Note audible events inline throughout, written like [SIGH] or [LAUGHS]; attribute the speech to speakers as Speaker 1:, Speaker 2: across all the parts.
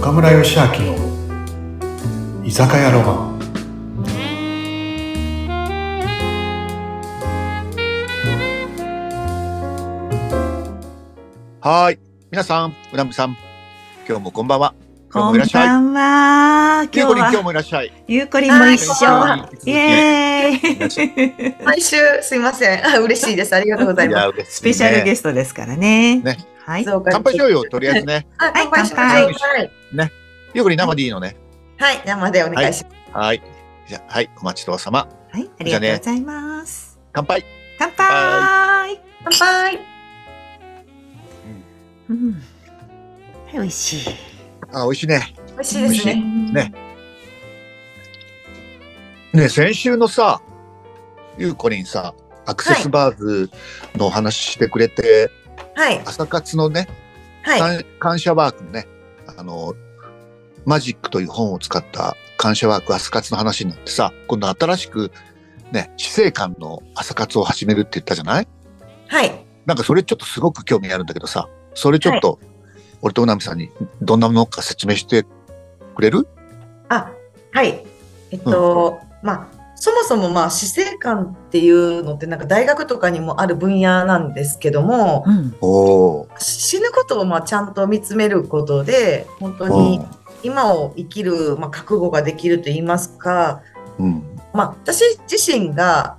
Speaker 1: 岡村義明の居酒屋ロマン
Speaker 2: はーい。皆さん、うなむさん、今日もこんばんは。今日
Speaker 3: こ
Speaker 2: もいらっ
Speaker 3: ん
Speaker 2: しゃい。
Speaker 3: ばんは。
Speaker 2: ゆう
Speaker 3: 今
Speaker 2: こりん、
Speaker 3: 日
Speaker 2: 今日
Speaker 3: は
Speaker 2: もいらっしゃい。
Speaker 3: ゆうこりんも一緒。
Speaker 2: は
Speaker 3: イ
Speaker 2: い
Speaker 3: エーイ。
Speaker 4: 毎週すいません。あ嬉しいです。ありがとうござい
Speaker 2: い
Speaker 4: ます。
Speaker 2: や嬉しいね
Speaker 3: スペシャルゲストですからね。
Speaker 2: ね
Speaker 3: はい。
Speaker 4: そうか
Speaker 2: 乾杯しようよ、とりあえずね。
Speaker 4: あ乾杯しま
Speaker 3: はい
Speaker 4: しょう。
Speaker 2: 乾
Speaker 4: はい。
Speaker 2: ゆうこりん、生でいいのね。
Speaker 4: はい。生でお願いしま
Speaker 2: はーい。じゃあはい。お待ちどうさま。
Speaker 3: はい。ありがとうございます。
Speaker 2: 乾杯。
Speaker 3: 乾杯。
Speaker 4: す。乾杯。
Speaker 3: うんはい、美味しい。
Speaker 2: あ、美味しいね。
Speaker 4: 美味しいですね。
Speaker 2: ね。ね、先週のさ、ゆうこりんさ、アクセスバーズのお話してくれて、
Speaker 4: はい。
Speaker 2: 朝活のね、
Speaker 4: はい。
Speaker 2: 感感謝ワークのね、あの、マジックという本を使った感謝ワーク朝活の話になってさ、今度新しくね、死生観の朝活を始めるって言ったじゃない
Speaker 4: はい。
Speaker 2: なんかそれちょっとすごく興味あるんだけどさ、それちょっと、俺とうなみさんにどんなものか説明してくれる
Speaker 4: あ、はい。えっと、まあ、そもそもまあ、死生観っていうのってなんか大学とかにもある分野なんですけども、
Speaker 3: うん。
Speaker 2: おー
Speaker 4: 死ぬことをまあちゃんと見つめることで、本当
Speaker 2: お
Speaker 4: に
Speaker 2: ー。
Speaker 4: 今を生きる、まあ、覚悟ができると言いますか、
Speaker 2: うん。
Speaker 4: まあ、私自身が、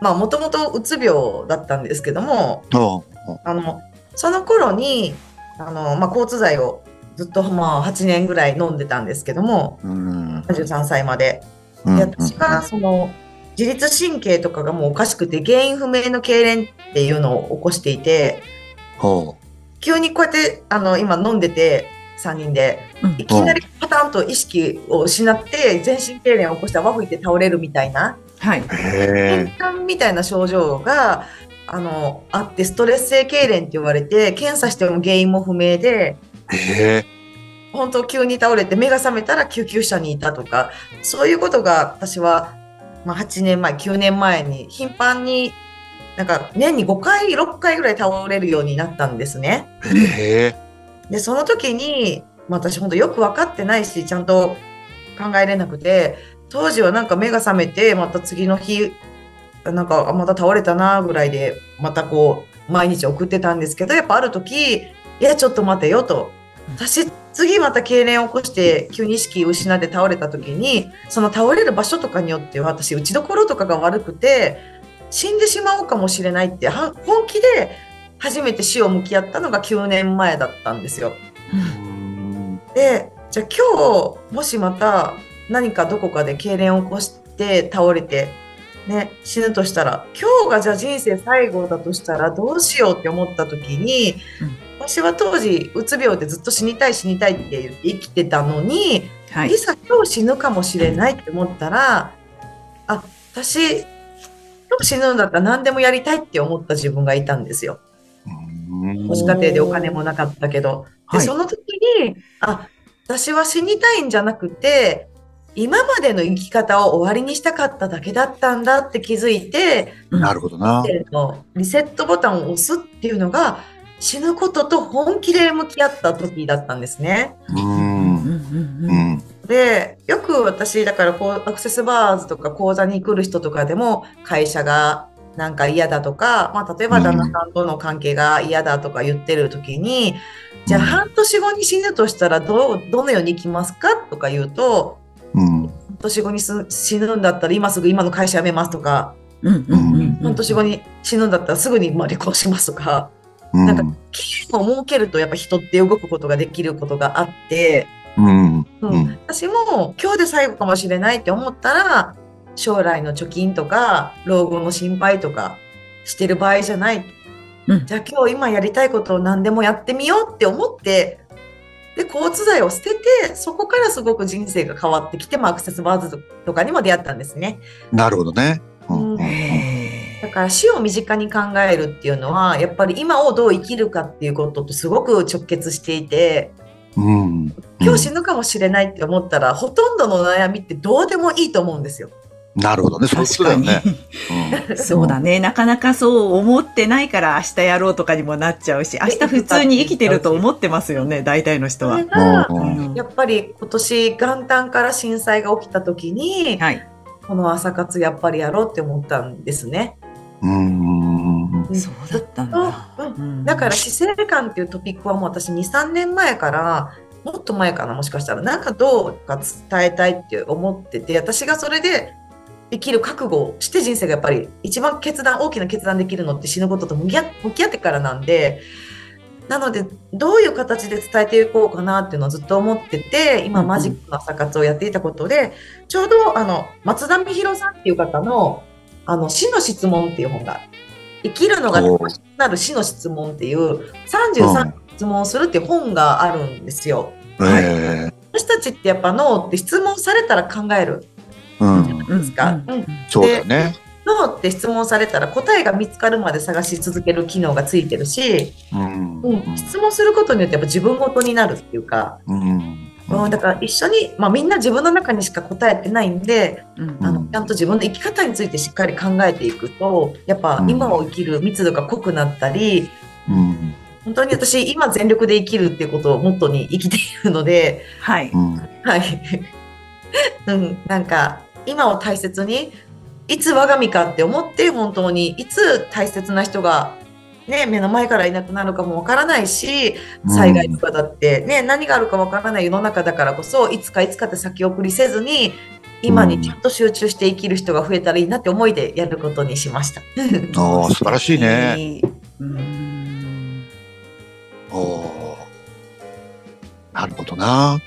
Speaker 4: まあ、もともとうつ病だったんですけども、
Speaker 2: おー
Speaker 4: あの、その頃に、あの、まあ、交通剤をずっと、まあ、8年ぐらい飲んでたんですけども、
Speaker 2: うん。
Speaker 4: 33歳まで。
Speaker 2: う
Speaker 4: で、
Speaker 2: ん
Speaker 4: 私が、その、自律神経とかがもうおかしくて、原因不明の痙攣っていうのを起こしていて、
Speaker 2: おー
Speaker 4: 急にこうやって、あの、今飲んでて、3人で、
Speaker 3: うん
Speaker 4: いきなりパタンと意識を失って、全身痙攣を起こしたわ吹いて倒れるみたいな、
Speaker 3: はい。
Speaker 2: へ
Speaker 4: 転換みたいな症状があのあってストレス性痙攣って言われて検査しても原因も不明で
Speaker 2: え。へえ。
Speaker 4: 本当急に倒れて目が覚めたら救急車にいたとかそういうことが私は、まあ、8年前9年前に頻繁になんか年に5回6回ぐらい倒れるようになったんですね。
Speaker 2: へえ。
Speaker 4: でその時に、まあ、私本当よく分かってないしちゃんと考えれなくて当時はなんか目が覚めてまた次の日なんかあまた倒れたなぐらいでまたこう毎日送ってたんですけどやっぱある時「いやちょっと待てよ」と
Speaker 3: うん
Speaker 4: 私次また痙攣を起こして急に意識失って倒れた時にその倒れる場所とかによっては私打ちどころとかが悪くて死んでしまおうかもしれないっては本気で初めて死を向き合ったのが9年前だったんですよ。
Speaker 2: うん
Speaker 4: でじゃあ今日もしまた何かどこかで痙攣を起こして倒れて、ね、死ぬとしたら今日がじゃあ人生最後だとしたらどうしようって思った時に、
Speaker 3: うん
Speaker 4: 私は当時うつ病でずっと死にたい死にたいって言って生きてたのに、、
Speaker 3: はいい。
Speaker 4: ざ今日死ぬかもしれないって思ったらあ私今日死ぬんだったら何でもやりたいって思った自分がいたんですよ。
Speaker 2: うん
Speaker 4: 母子家庭でお金もなかったけど。で、
Speaker 3: はい
Speaker 4: その時に、あ、私は死にたいんじゃなくて、今までの生き方を終わりにしたかっただけだったんだって気づいて、
Speaker 2: なるほどな。
Speaker 4: 人生のリセットボタンを押すっていうのが、死ぬことと本気で向き合った時だったんですね。
Speaker 2: う
Speaker 3: うんうん
Speaker 2: ん。
Speaker 3: うん
Speaker 2: う
Speaker 3: うん。
Speaker 2: ん。
Speaker 4: でよく私だからこうアクセスバーズとか講座に来る人とかでも会社がなんか嫌だとか、まあ、例えば旦那さんとの関係が嫌だとか言ってる時に、じゃあ
Speaker 2: うん
Speaker 4: 半年後に死ぬとしたらどうどのように生きますかとか言うと
Speaker 2: うん。
Speaker 4: 半年後にす死ぬんだったら今すぐ今の会社辞めますとか
Speaker 3: うんうんうん。
Speaker 4: 半年後に死ぬんだったらすぐにまあ離婚しますとか
Speaker 2: うん
Speaker 4: なんか期限を設けるとやっぱ人って動くことができることがあって。
Speaker 2: うん。
Speaker 4: うん
Speaker 2: うん。
Speaker 4: 私も今日で最後かもしれないって思ったら将来の貯金とか老後の心配とかしてる場合じゃない、
Speaker 3: うん
Speaker 4: じゃあ今日今やりたいことを何でもやってみようって思ってで交通剤を捨ててそこからすごく人生が変わってきて、まあ、アクセスバーズとかにも出会ったんですね
Speaker 2: なるほどね。うん。う
Speaker 4: うん
Speaker 2: ん
Speaker 3: へ
Speaker 4: だから死を身近に考えるっていうのはやっぱり今をどう生きるかっていうこととすごく直結していて
Speaker 2: うん。
Speaker 4: 今日死ぬかもしれないって思ったら、ほとんどの悩みってどうでもいいと思うんですよ
Speaker 2: なるほどね。そういうこと
Speaker 5: 確
Speaker 2: だ
Speaker 5: か
Speaker 2: よ
Speaker 5: に。
Speaker 2: ね。
Speaker 5: [LAUGHS] そうだね。なかなかそう思ってないから明日やろうとかにもなっちゃうし、明日普通に生きてると思ってますよね、大体の人
Speaker 4: そ
Speaker 5: は
Speaker 4: れ。が
Speaker 2: うんうん
Speaker 4: やっぱり今年元旦から震災が起きた時に
Speaker 5: はい。
Speaker 4: この朝活やっぱりやろうって思ったんですね。
Speaker 2: うんうん
Speaker 4: うん
Speaker 5: そうだったんだ。
Speaker 4: うん
Speaker 5: うん
Speaker 4: だから、死生観っていうトピックはもう私23年前からもっと前かなもしかしたらなんかどうか伝えたいって思ってて私がそれで生きる覚悟をして人生がやっぱり一番決断大きな決断できるのって死ぬことと向き合向き合ってからなんでなのでどういう形で伝えていこうかなっていうのをずっと思ってて今マジックの朝活をやっていたことでちょうどあの松田美弘さんっていう方の「あの死の質問」っていう本が生きるのが楽しくなる死の質問っていう33質問をするっていう本があるんですよ。
Speaker 2: ええ
Speaker 4: 私たちってやっぱ脳って質問されたら考える
Speaker 2: うん。
Speaker 5: うん、
Speaker 4: んですか、うん
Speaker 2: そうだよね。
Speaker 4: 脳って質問されたら答えが見つかるまで探し続ける機能がついてるし、
Speaker 2: うん。
Speaker 4: うん、質問することによってやっぱ自分ごとになるっていうか、
Speaker 2: うん。
Speaker 4: うん、だから一緒に、まあ、みんな自分の中にしか答えてないんで
Speaker 5: うん
Speaker 4: あ
Speaker 2: う
Speaker 4: の
Speaker 2: ん
Speaker 4: ちゃんと自分の生き方についてしっかり考えていくとやっぱ
Speaker 2: うん
Speaker 4: 今を生きる密度が濃くなったり
Speaker 2: うん。
Speaker 4: 本当に私今全力で生きるっていうことをモットーに生きているので。
Speaker 5: はい。
Speaker 2: うん。
Speaker 4: はい。うん、なんか今を大切にいつ我が身かって思って本当にいつ大切な人がね目の前からいなくなるかもわからないし災害とかだってね、何があるかわからない世の中だからこそいつかいつかって先送りせずに今にちゃんと集中して生きる人が増えたらいいなって思いでやることにしました。
Speaker 2: ああ、素晴らしいね。
Speaker 5: うん
Speaker 2: おお。なるほどな。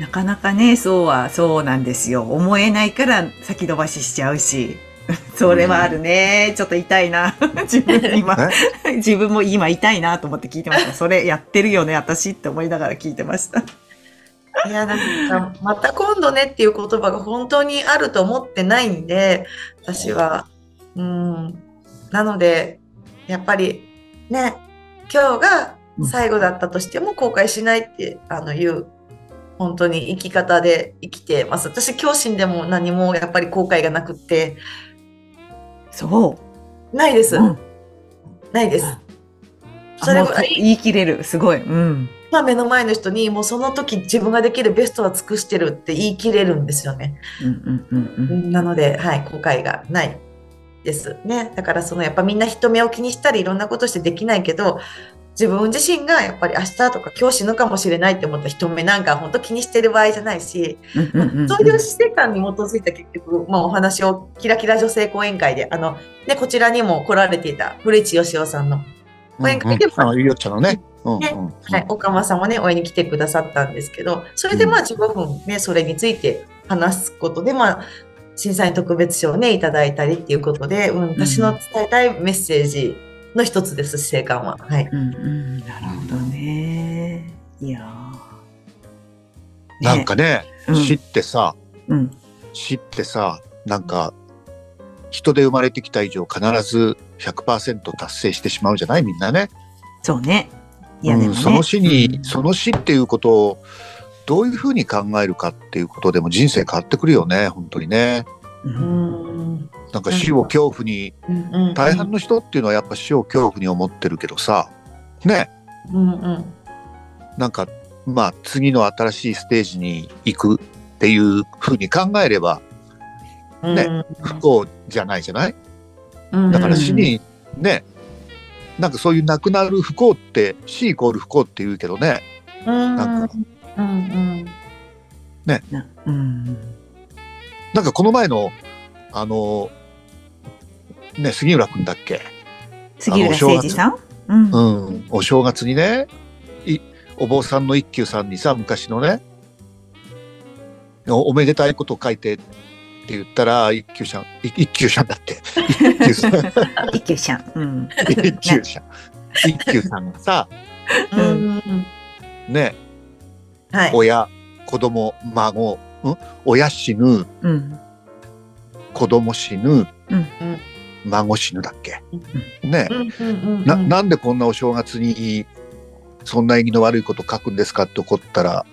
Speaker 5: なかなかね、そうは、そうなんですよ。思えないから先延ばししちゃうし。 [LAUGHS] それはあるね。ちょっと痛いな。 [LAUGHS] 自分今、自分も今痛いなと思って聞いてました。それやってるよね、私って思いながら聞いてました。
Speaker 4: いや、なんか、また今度ねっていう言葉が本当にあると思ってないんで、私は。うん。なので、やっぱり、ね、今日が最後だったとしても後悔しないって、あの、いう、本当に生き方で生きてます。私、教師でも何もやっぱり後悔がなくって、
Speaker 5: そ
Speaker 4: ないです
Speaker 5: う。。うん
Speaker 4: ないです。そ
Speaker 5: あ
Speaker 4: れ
Speaker 5: もう
Speaker 4: ぐらい
Speaker 5: 言い切れる。すごい。うん。
Speaker 4: 今目の前の人に、もうその時自分ができるベストは尽くしてるって言い切れるんですよね。
Speaker 5: うんうんうんうん。
Speaker 4: なので、はい、後悔がないですね。だからそのやっぱみんな人目を気にしたりいろんなことしてできないけど自分自身がやっぱり明日とか今日死ぬかもしれないって思った人目なんか本当気にしてる場合じゃないし、
Speaker 5: うんうんうんうん
Speaker 4: そういう死生観に基づいた結局、まあ、お話をキラキラ女性講演会であの、ね、こちらにも来られていた古市義雄さんの
Speaker 2: あ、いいよっちゃのね。うん。
Speaker 4: はい、岡間さんもね、応援に来てくださったんですけど、それでまあ15分ね、それについて話すことで、まあ、震災特別賞をね、いただいたりっていうことで、うん、私の伝えたいメッセージの一つです、生還は。はい。
Speaker 5: うんうん。なるほどね。いやー
Speaker 2: なん、かね、
Speaker 5: ね
Speaker 2: 死ってさ、
Speaker 5: うんうん
Speaker 2: 死ってさ、なんか、人で生まれてきた以上必ず100%達成してしまうじゃないみんなね。
Speaker 5: そうね。いやでも
Speaker 2: うん、
Speaker 5: ね。
Speaker 2: その死
Speaker 5: う
Speaker 2: に
Speaker 5: ん、
Speaker 2: その死っていうことをどういうふうに考えるかっていうことでも人生変わってくるよね、本当にね。
Speaker 5: う
Speaker 4: うんん。
Speaker 2: なんか死を恐怖に、
Speaker 4: うん。
Speaker 2: 大半の人っていうのはやっぱ死を恐怖に思ってるけどさ、ね、
Speaker 4: うんうん。
Speaker 2: なんか、まあ次の新しいステージに行くっていうふうに考えれば
Speaker 4: うん。
Speaker 2: ね不幸じゃないじゃない
Speaker 4: うん。
Speaker 2: だから
Speaker 5: し
Speaker 2: 死にね、なんかそういうなくなる不幸って死イコール不幸って言うけどね、
Speaker 4: うん。
Speaker 2: なんか
Speaker 4: うん
Speaker 5: なうん
Speaker 2: なんかこの前の、あの、ね、杉浦くんだっけ
Speaker 5: 杉浦誠二さんうん
Speaker 2: う。ん、お正月にね、いお坊さんの一休さんにさ、昔のね、おおめでたいことを書いてって言ったら、一休さん、い一休さんだって、一休さん、
Speaker 5: 一休ちゃん。うん。
Speaker 2: 一休さん、一休さんがさ、
Speaker 4: うん。うんうん。
Speaker 2: ね、
Speaker 4: はい。
Speaker 2: 親、子供、孫、ん親死ぬ、
Speaker 5: うん。
Speaker 2: 子供死ぬ、
Speaker 5: うん
Speaker 2: 孫死ぬだっけ、ね、
Speaker 4: うんうん
Speaker 2: ななんでこんなお正月にそんな縁起の悪いこと書くんですかって怒ったら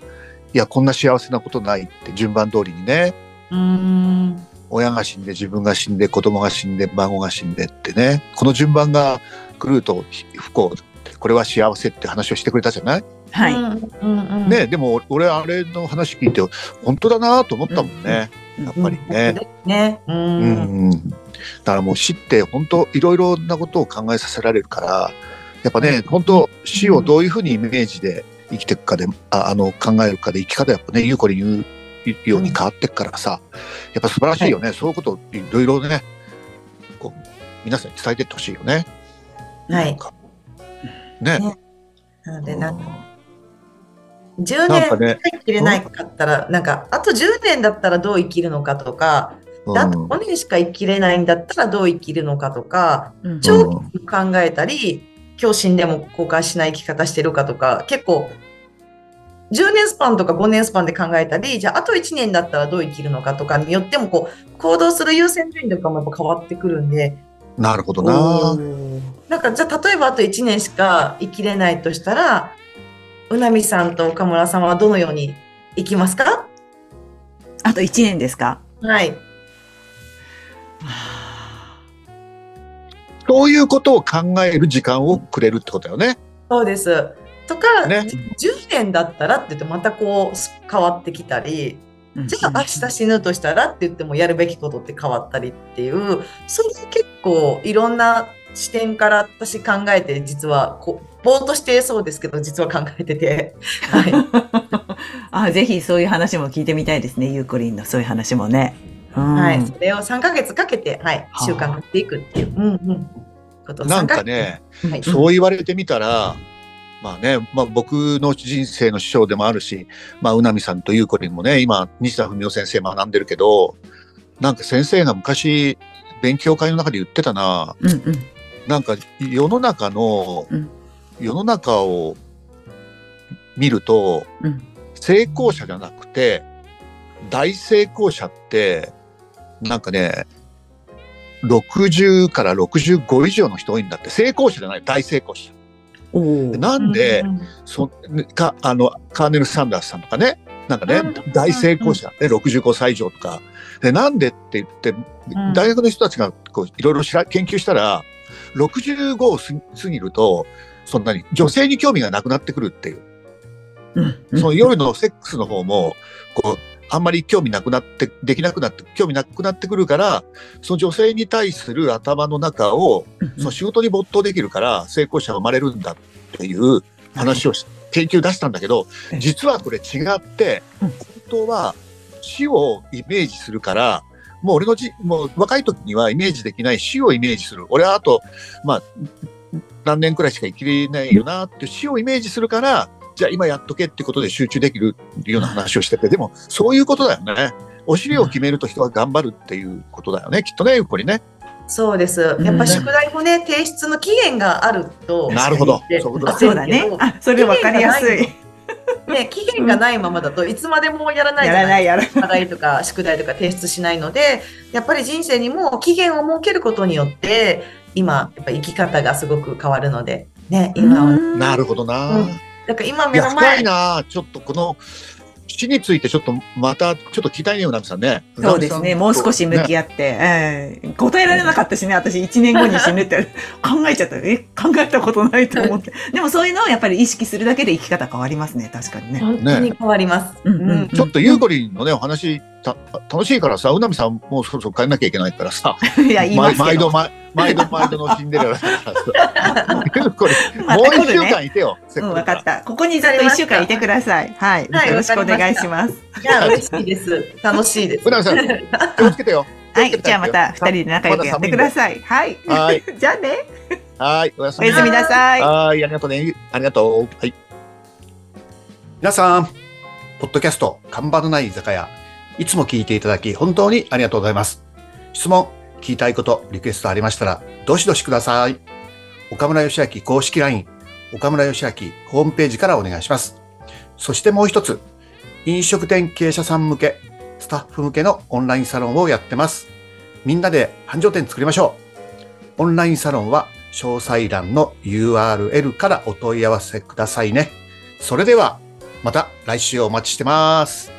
Speaker 2: いやこんな幸せなことないって順番通りにね
Speaker 4: うん。
Speaker 2: お親が死んで自分が死んで子供が死んで孫が死んでってねこの順番が狂うと不幸これは幸せって話をしてくれたじゃない、
Speaker 5: はい。
Speaker 4: うんうんうん、
Speaker 2: ねでも俺あれの話聞いて本当だなと思ったもんね、
Speaker 5: うん
Speaker 2: やっぱりね。
Speaker 4: ね。う。
Speaker 2: うんんだからもう死って本当いろいろなことを考えさせられるからやっぱね本当死をどういうふうにイメージで生きていくかでああの考えるかで生き方やっぱねゆうこりん言う言うように変わっていくからさやっぱ素晴らしいよね、そういうことをいろいろねこう皆さんに伝えていってほしいよね。
Speaker 4: はい。
Speaker 2: ね
Speaker 4: ねなので、なんか、
Speaker 2: う
Speaker 4: 10
Speaker 2: んなんか
Speaker 4: 年
Speaker 2: ね、
Speaker 4: 生きれないかったら、なんか、あと10年だったらどう生きるのかとか、
Speaker 2: うん
Speaker 4: であと5年しか生きれないんだったらどう生きるのかとか、
Speaker 5: うん
Speaker 4: 長期に考えたり、今日死んでも後悔しない生き方してるかとか、結構、10年スパンとか5年スパンで考えたり、じゃああと1年だったらどう生きるのかとかによっても、こう、行動する優先順位とかもやっぱ変わってくるんで、
Speaker 2: なるほどな。
Speaker 4: なんかじゃあ例えばあと1年しか生きれないとしたらうなみさんと岡村さんはどのように生きますか
Speaker 5: あと1年ですか
Speaker 4: はい。
Speaker 2: そういうことを考える時間をくれるってことだよね。
Speaker 4: そうです。とか、
Speaker 2: ね
Speaker 4: 10年だったらって言ってまたこうす変わってきたりじゃあ明日死ぬとしたらって言ってもやるべきことって変わったりっていうそれ結構いろんな視点から私考えて実はこうぼーっとしてそうですけど実は考えて
Speaker 2: [LAUGHS]
Speaker 4: て。はい
Speaker 5: あぜひそういう話も聞いてみたいですね、ゆうこりんのそういう話もね。うん
Speaker 4: はい、それを3ヶ月かけて、はい
Speaker 5: は、あ
Speaker 4: 習慣化していくっていう、うんうん、こと
Speaker 2: なんかね、
Speaker 4: 3ヶ月はい
Speaker 2: そう言われてみたら、まあね、まあ、僕の人生の師匠でもあるし、まあ、うなみさんとゆうこりんもね、今、西田文夫先生学んでるけど、なんか先生が昔、勉強会の中で言ってたな、
Speaker 5: うんうん
Speaker 2: なんか世の中の、
Speaker 5: うん
Speaker 2: 世の中を見ると、
Speaker 5: うん
Speaker 2: 成功者じゃなくて、大成功者って、なんかね、60から65以上の人多いんだって、成功者じゃない、大成功者。
Speaker 5: おー
Speaker 2: でなんで、
Speaker 4: うん
Speaker 2: そかあのカーネル・サンダースさんとかねなんかね、
Speaker 4: うん
Speaker 2: 大成功者、ね65歳以上とかでなんでって言って
Speaker 4: ん
Speaker 2: 大学の人たちがこういろいろ調べ研究したら65を過ぎ過ぎるとそんなに女性に興味がなくなってくるっていう
Speaker 5: うんうん
Speaker 2: その夜のセックスの方もこうあんまり興味なくなってできなくなって興味なくなってくるからその女性に対する頭の中を
Speaker 5: うん
Speaker 2: その仕事に没頭できるから成功者が生まれるんだっていう話をし研究出したんだけど
Speaker 5: ええ
Speaker 2: 実はこれ違って
Speaker 5: うん
Speaker 2: 本当は死をイメージするからもう俺のじもう若い時にはイメージできない死をイメージする俺はあとまあ何年くらいしか生きれないよなっていう死をイメージするからじゃあ今やっとけってことで集中できるっていうような話をしててでもそういうことだよねお尻を決めると人は頑張るっていうことだよねきっとねゆっこりね
Speaker 4: そうです。やっぱ宿題もね、提出の期限があると。
Speaker 2: なるほど
Speaker 4: で
Speaker 2: そういうこと
Speaker 5: あ
Speaker 2: だ
Speaker 5: そうだね。あ、それ分かりやすい。
Speaker 4: ね、期限がないままだといつまでもやらない
Speaker 5: や
Speaker 4: じゃ
Speaker 5: ら
Speaker 4: な
Speaker 5: ないいやらない。
Speaker 4: 課題とか宿題とか提出しないので、やっぱり人生にも期限を設けることによって、今、やっぱ生き方がすごく変わるので、ね、今は。
Speaker 2: なるほどな。
Speaker 4: うんだから今
Speaker 2: い
Speaker 4: 目
Speaker 2: や、
Speaker 4: の
Speaker 2: 深
Speaker 4: 前
Speaker 2: いなあちょっとこの死についてちょっとまたちょっと聞きたいね、うなみさんね。
Speaker 5: そうですね。もう少し向
Speaker 2: 合
Speaker 5: き合って、ええ答えられなかったしね、私1年後に死ぬって [LAUGHS] 考えちゃった。え、考えたことないと思って。でもそういうのをやっぱり意識するだけで生き方変わりますね。確かにね。
Speaker 4: 本当に変わります。
Speaker 5: うんうん
Speaker 4: うん
Speaker 2: ちょっとゆうこりんのね、お話た楽しいからさ、うなみさんもうそろそろ帰んなきゃいけないからさ、
Speaker 5: いや、言いま
Speaker 2: 毎
Speaker 5: すけ
Speaker 2: 毎
Speaker 5: ど
Speaker 2: 度。毎毎度 [LAUGHS] 毎度のシンデレラだから
Speaker 5: [LAUGHS]
Speaker 2: さ、ゆうこりん、
Speaker 5: ま
Speaker 2: も
Speaker 5: た
Speaker 2: う
Speaker 5: 来る
Speaker 2: 一
Speaker 5: ね
Speaker 2: 週間いてよ、せ
Speaker 5: うん、
Speaker 2: だ
Speaker 5: わ
Speaker 2: ら
Speaker 5: かった。ここにずっと1週間いてください。はい。
Speaker 4: はい
Speaker 5: よろしくお願いします。
Speaker 4: いや、嬉しいです。楽しいです。
Speaker 2: うなみさん、気をつけてよ。
Speaker 5: は
Speaker 2: 気をつ
Speaker 5: い。
Speaker 2: けて
Speaker 5: じゃあまた2人で仲良くやってください。はい。
Speaker 2: はい、
Speaker 5: [LAUGHS] じゃあね。
Speaker 2: はい、おやす
Speaker 5: お
Speaker 2: み。
Speaker 5: やすみなさい。
Speaker 2: はい、ありがとうね。ありがとう。はい。
Speaker 1: 皆さん、ポッドキャスト、看板のない居酒屋、いつも聞いていただき、本当にありがとうございます。質問、聞きたいこと、リクエストありましたら、どしどしください。岡村義明公式 LINE、岡村義明ホームページからお願いします。そしてもう一つ、飲食店経営者さん向け、スタッフ向けのオンラインサロンをやってます。みんなで繁盛店作りましょう。オンラインサロンは詳細欄の URL からお問い合わせくださいね。それでは、また来週お待ちしてます。